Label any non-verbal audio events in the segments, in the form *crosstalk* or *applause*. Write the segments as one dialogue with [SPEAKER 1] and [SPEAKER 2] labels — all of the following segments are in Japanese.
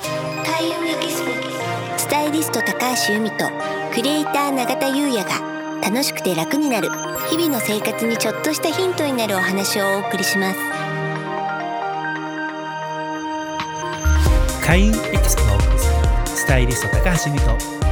[SPEAKER 1] 田優也ギススタイリスト高橋由美とクリエイター永田優也が楽しくて楽になる日々の生活にちょっとしたヒントになるお話をお送りします
[SPEAKER 2] 開運エキスポのお送りするスタイリスト高橋美と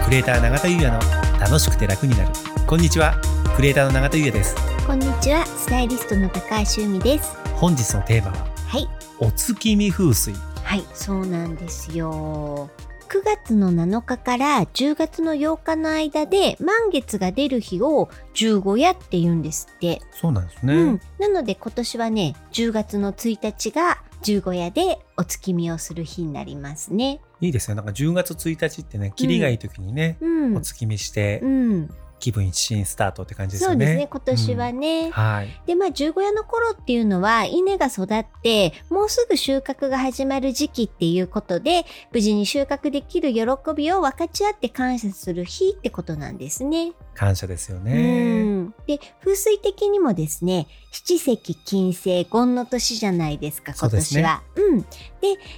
[SPEAKER 2] クリエイター永田優也の楽しくて楽になるこんにちはクリエイターの永田優也です
[SPEAKER 1] こんにちはスタイリストの高橋由美です
[SPEAKER 2] 本日のテーマは
[SPEAKER 1] はい
[SPEAKER 2] お月見風水
[SPEAKER 1] はいそうなんですよ9月の7日から10月の8日の間で満月が出る日を十五夜って言うんですって
[SPEAKER 2] そうなんですね、
[SPEAKER 1] うん、なので今年はね10月の1日が十五夜でお月見をする日になりますね。
[SPEAKER 2] いいですねなんか10月1日ってね霧がいい時にね、
[SPEAKER 1] うん、
[SPEAKER 2] お月見して
[SPEAKER 1] うん、
[SPEAKER 2] 気分一新スタートって感じです
[SPEAKER 1] そ
[SPEAKER 2] よ
[SPEAKER 1] う
[SPEAKER 2] ね
[SPEAKER 1] ですね今年は
[SPEAKER 2] うん
[SPEAKER 1] ね。
[SPEAKER 2] はい
[SPEAKER 1] でまあ十五夜の頃っていうのは稲が育ってもうすぐ収穫が始まる時期っていうことで無事に収穫できる喜びを分かち合って感謝する日ってことなんですね。
[SPEAKER 2] 感謝ですよ
[SPEAKER 1] う
[SPEAKER 2] ね
[SPEAKER 1] ん、で風水的にもですね七石金星権の年じゃないですか
[SPEAKER 2] そ
[SPEAKER 1] 今
[SPEAKER 2] うです
[SPEAKER 1] 年
[SPEAKER 2] ね
[SPEAKER 1] は。うん、で、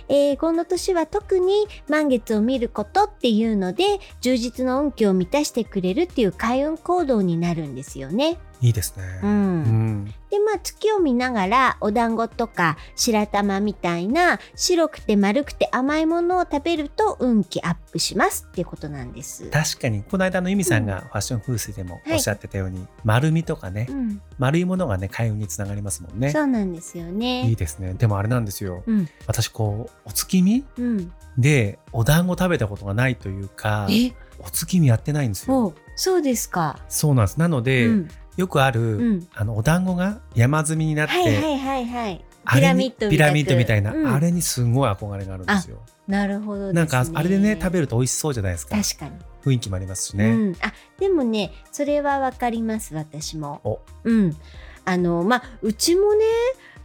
[SPEAKER 1] えー、権の年は特に満月を見ることっていうので充実の運気を満たしてくれるっていう開運行動になるんですよね。
[SPEAKER 2] いいですね
[SPEAKER 1] うん
[SPEAKER 2] うん
[SPEAKER 1] でまあ月を見ながらお団子とか白玉みたいな白くて丸くて甘いものを食べると運気アップしますっていうことなんです。
[SPEAKER 2] 確かにこの間の由美さんがファッション風水でもおっしゃってたように、丸みとかね
[SPEAKER 1] うん、
[SPEAKER 2] 丸いものがね開運につながりますもんね
[SPEAKER 1] そうなんですよね。
[SPEAKER 2] いいですねでもあれなんですよ、
[SPEAKER 1] うん
[SPEAKER 2] 私こうお月見
[SPEAKER 1] うん、
[SPEAKER 2] でお団子食べたことがないというか
[SPEAKER 1] え
[SPEAKER 2] お月見やってないんですよ
[SPEAKER 1] おそうですか。
[SPEAKER 2] そうなんですなので、
[SPEAKER 1] うん
[SPEAKER 2] よくある、
[SPEAKER 1] うん、
[SPEAKER 2] あのお団子が山積みになって、
[SPEAKER 1] はいはいはいはい。
[SPEAKER 2] あれ
[SPEAKER 1] ピラ
[SPEAKER 2] に
[SPEAKER 1] ミッドみたいな
[SPEAKER 2] ピラミッドみたいな、
[SPEAKER 1] うん
[SPEAKER 2] あれにすごい憧れがあるんですよ
[SPEAKER 1] なるほどです、ね。
[SPEAKER 2] なんかあれでね食べると美味しそうじゃないですか
[SPEAKER 1] 確かに。
[SPEAKER 2] 雰囲気もありますしね、
[SPEAKER 1] うん、あでもねそれはわかります私も。
[SPEAKER 2] お
[SPEAKER 1] うん。あのまあうちもね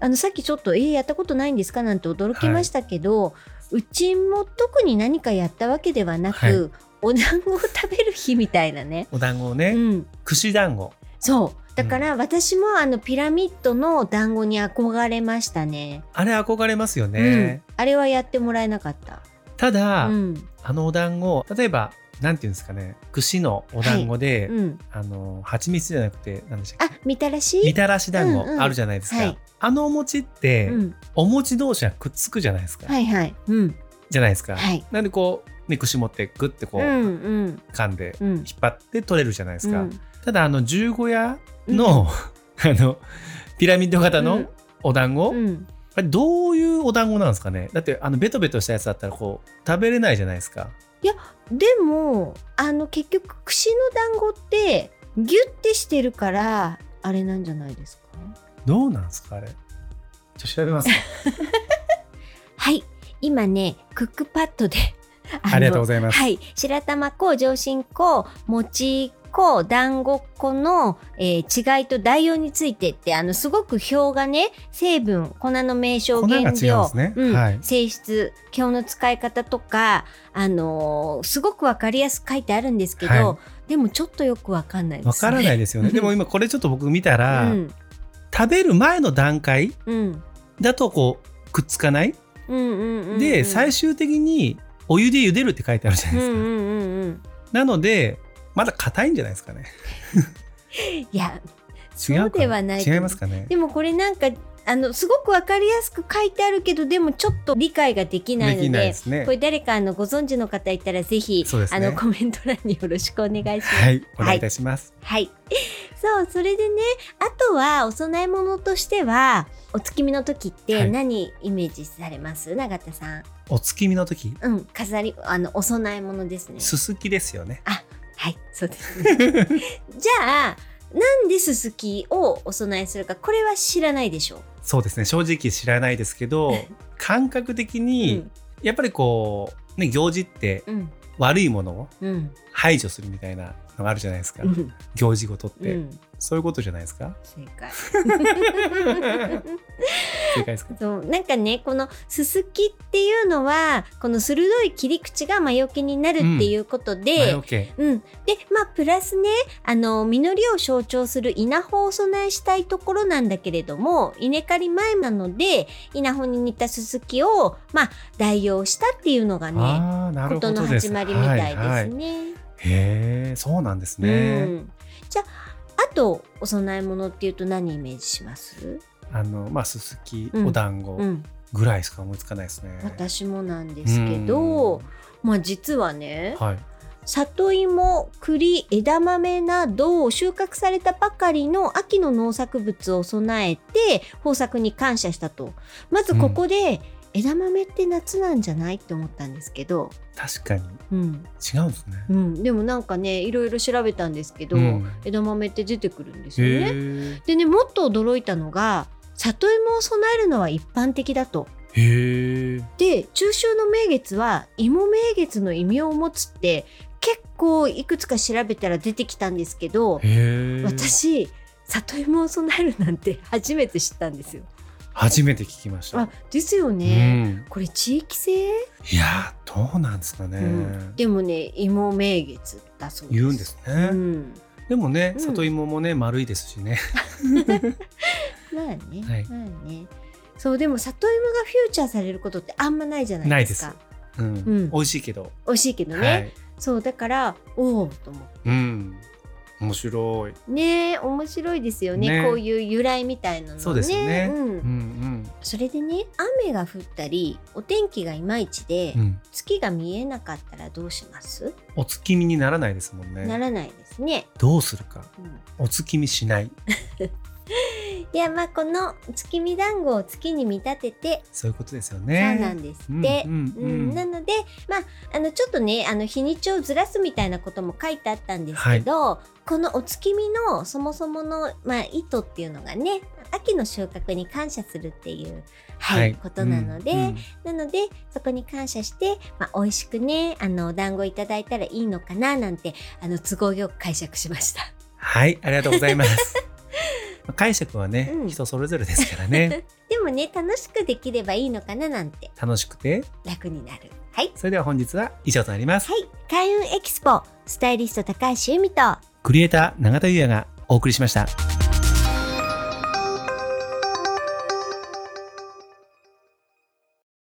[SPEAKER 1] あのさっきちょっと「えーやったことないんですか?」なんて驚きましたけど、うちも特に何かやったわけではなく、
[SPEAKER 2] はい
[SPEAKER 1] お団子を食べる日みたいなね。
[SPEAKER 2] お団子を
[SPEAKER 1] う
[SPEAKER 2] ね、
[SPEAKER 1] ん、
[SPEAKER 2] 串団子
[SPEAKER 1] そうだから私もあのピラミッドの団子に憧れましたね。
[SPEAKER 2] あれ憧れますよね、
[SPEAKER 1] うん、あれはやってもらえなかった。
[SPEAKER 2] ただ、
[SPEAKER 1] うん、
[SPEAKER 2] あのお団子例えばなんていうんですかね串のお団子で、
[SPEAKER 1] うん、
[SPEAKER 2] あの蜂蜜じゃなくて何でしたっ
[SPEAKER 1] あみたらし
[SPEAKER 2] けみたらし団子
[SPEAKER 1] うんうん
[SPEAKER 2] あるじゃないですか、
[SPEAKER 1] はい
[SPEAKER 2] あのお餅って、
[SPEAKER 1] うん、
[SPEAKER 2] お餅同士がくっつくじゃないですか、
[SPEAKER 1] はいはい、うん、
[SPEAKER 2] じゃないですか、
[SPEAKER 1] はい、
[SPEAKER 2] なんでこう、ね、串持ってグッてこ
[SPEAKER 1] う
[SPEAKER 2] う、
[SPEAKER 1] んうん
[SPEAKER 2] 噛んで
[SPEAKER 1] うん、
[SPEAKER 2] 引っ張って取れるじゃないですか、
[SPEAKER 1] うん
[SPEAKER 2] ただあの十五夜の、 *laughs* あのピラミッド型
[SPEAKER 1] うん
[SPEAKER 2] のお団子、
[SPEAKER 1] うん、
[SPEAKER 2] あれどういうお団子なんですかねだってあのベトベトしたやつだったらこう食べれないじゃないですか
[SPEAKER 1] でもあの結局串の団子ってギュッてしてるからあれなんじゃないですか
[SPEAKER 2] どうなんですかあれちょっと調べますか
[SPEAKER 1] はい今ねクックパッドで *laughs* あの
[SPEAKER 2] ありがとうございます、
[SPEAKER 1] はい白玉粉上新粉餅粉団子粉の、えー違いと代用についてってあのすごく表がね成分粉の名称
[SPEAKER 2] 粉が違うん
[SPEAKER 1] 原
[SPEAKER 2] で
[SPEAKER 1] 料
[SPEAKER 2] すね
[SPEAKER 1] うん
[SPEAKER 2] はい
[SPEAKER 1] 性質表の使い方とか、あのーすごくわかりやすく書いてあるんですけど、
[SPEAKER 2] は
[SPEAKER 1] でもちょっとよくわかんないです、ね。
[SPEAKER 2] わからないです
[SPEAKER 1] *laughs*
[SPEAKER 2] よねでも今これちょっと僕見たら、
[SPEAKER 1] うん
[SPEAKER 2] 食べる前の段階
[SPEAKER 1] うん
[SPEAKER 2] だとこうくっつかない、
[SPEAKER 1] うんうんうんうん、
[SPEAKER 2] で最
[SPEAKER 1] 初
[SPEAKER 2] 終的にお湯で茹でるって書いてあるじゃな
[SPEAKER 1] うん
[SPEAKER 2] いで
[SPEAKER 1] う
[SPEAKER 2] すか、
[SPEAKER 1] んうんうん
[SPEAKER 2] なのでまだ硬いんじゃないですかね
[SPEAKER 1] いや
[SPEAKER 2] 違うか
[SPEAKER 1] そうではないと思う
[SPEAKER 2] 違いますかね
[SPEAKER 1] でもこれなんかあのすごくわかりやすく書いてあるけどでもちょっと理解ができないの
[SPEAKER 2] で
[SPEAKER 1] で
[SPEAKER 2] きないですね
[SPEAKER 1] これ誰かあのご存知の方いたらぜひ、
[SPEAKER 2] そうです
[SPEAKER 1] あ
[SPEAKER 2] ね
[SPEAKER 1] のコメント欄によろしくお願いします。
[SPEAKER 2] *laughs* はいお願いいたします、
[SPEAKER 1] はい。そう、それでね、あとはお供え物としては、お月見の時っ
[SPEAKER 2] は
[SPEAKER 1] て
[SPEAKER 2] い
[SPEAKER 1] 何イメージされます、永田さん。
[SPEAKER 2] お月見の時
[SPEAKER 1] うん、飾り、あの、お供え物ですね。
[SPEAKER 2] すすきですよね
[SPEAKER 1] はい、そうです、
[SPEAKER 2] *laughs*
[SPEAKER 1] ね。じゃあ、なんでススキをお供えするか、これは知らないでしょ
[SPEAKER 2] そうですね正直知らないです
[SPEAKER 1] *laughs*
[SPEAKER 2] けど感覚的
[SPEAKER 1] う。
[SPEAKER 2] に、やっぱりこう、ね、行事って
[SPEAKER 1] うん、うん、
[SPEAKER 2] 悪いものを
[SPEAKER 1] うん、
[SPEAKER 2] 排除するみたいなのがあるじゃないですか、
[SPEAKER 1] うん、
[SPEAKER 2] 行事ごとっ
[SPEAKER 1] う
[SPEAKER 2] て、
[SPEAKER 1] ん、
[SPEAKER 2] そういうことじゃないですか
[SPEAKER 1] *laughs* 正解。
[SPEAKER 2] 正解ですか
[SPEAKER 1] そうなんかねこのすすきっていうのはこの鋭い切り口が魔除けになるっていうこと
[SPEAKER 2] 前
[SPEAKER 1] で、
[SPEAKER 2] 置け
[SPEAKER 1] うん、でまあプラスねあの実りを象徴する稲穂を備えしたいところなんだけれども稲刈り前なので稲穂に似たススキを、まあ、代用したっていうのがね
[SPEAKER 2] ああなる
[SPEAKER 1] こ
[SPEAKER 2] ほ
[SPEAKER 1] との
[SPEAKER 2] どです
[SPEAKER 1] 始まりみたいですね。
[SPEAKER 2] はいはい、へえそうなんです
[SPEAKER 1] う
[SPEAKER 2] ね、
[SPEAKER 1] ん、じゃああとお供え物っていうと何イメージします、
[SPEAKER 2] あのまあすすき
[SPEAKER 1] うん
[SPEAKER 2] お団子
[SPEAKER 1] うん、
[SPEAKER 2] ぐらいしか思いつかないですね、
[SPEAKER 1] 私もなんですけど、まあ、実はね、
[SPEAKER 2] うんはい
[SPEAKER 1] 里芋栗枝豆など収穫されたばかりの秋の農作物を備えて豊作に感謝したとまずここで、枝豆って夏なんじゃないって思ったんですけど、
[SPEAKER 2] 確かに
[SPEAKER 1] うん
[SPEAKER 2] 違うんですね、
[SPEAKER 1] うん、でもなんかねいろいろ調べたんですけど、
[SPEAKER 2] うん
[SPEAKER 1] 枝豆って出てくるんですよ
[SPEAKER 2] へ
[SPEAKER 1] ね。
[SPEAKER 2] ー
[SPEAKER 1] でねもっと驚いたのが里芋を備えるのは一般的だと。
[SPEAKER 2] へえ
[SPEAKER 1] で中秋の名月は芋名月の意味を持つって結構いくつか調べたら出てきたんですけど
[SPEAKER 2] へえ
[SPEAKER 1] 私里芋を備えるなんて初めて知ったんですよ。
[SPEAKER 2] 初めて聞きました
[SPEAKER 1] あですよ
[SPEAKER 2] う
[SPEAKER 1] ね。
[SPEAKER 2] ん、
[SPEAKER 1] これ地域性、
[SPEAKER 2] いやーどうなんですかね、
[SPEAKER 1] うん、でもね芋名月だそうです。
[SPEAKER 2] 言うんですね、
[SPEAKER 1] うん
[SPEAKER 2] でもね
[SPEAKER 1] うん
[SPEAKER 2] 里芋もね丸いですしね
[SPEAKER 1] まあね、
[SPEAKER 2] はい
[SPEAKER 1] まあね。そうでも里芋がフューチャーされることってあんまないじゃないですか。
[SPEAKER 2] ないうん、
[SPEAKER 1] うん
[SPEAKER 2] 美味しいけど、
[SPEAKER 1] 美味しいけどね。
[SPEAKER 2] はい
[SPEAKER 1] そうだからおおと思って
[SPEAKER 2] うん面白い
[SPEAKER 1] ねえ面白いですよね
[SPEAKER 2] ね
[SPEAKER 1] こういう由来みたいなのね
[SPEAKER 2] そうですよね
[SPEAKER 1] うん
[SPEAKER 2] うん
[SPEAKER 1] それでね雨が降ったりお天気がいまいちで、
[SPEAKER 2] うん、うん、
[SPEAKER 1] 月が見えなかったらどうします、
[SPEAKER 2] お月見にならないですもんね
[SPEAKER 1] ならないですね、
[SPEAKER 2] どうするか
[SPEAKER 1] うん
[SPEAKER 2] お月見しない
[SPEAKER 1] いやまあこの月見団子を月に見立てて、
[SPEAKER 2] そういうことですよね
[SPEAKER 1] そうなんですって、
[SPEAKER 2] う
[SPEAKER 1] うんん
[SPEAKER 2] うんうん
[SPEAKER 1] なのでまああのちょっとねあの日にちをずらすみたいなことも書いてあったんですけど、このお月見のそもそもの、まあ、意図っていうのがね秋の収穫に感謝するっていう、はいことなので、
[SPEAKER 2] うん
[SPEAKER 1] なのでそこに感謝して、まあ、美味しくねあのお団子いただいたらいいのかななんてあの都合よく解釈しました。 *laughs*
[SPEAKER 2] はいありがとうございます *laughs* まあ解釈はね、
[SPEAKER 1] うん
[SPEAKER 2] 人それぞれですか
[SPEAKER 1] *laughs*
[SPEAKER 2] らね
[SPEAKER 1] でもね楽しくできればいいのかななんて
[SPEAKER 2] 楽しくて
[SPEAKER 1] 楽になる。はい
[SPEAKER 2] それでは本日は以上となります
[SPEAKER 1] はい、開運エキスポスタイリスト高橋由美と
[SPEAKER 2] クリエイター永田裕也がお送りしました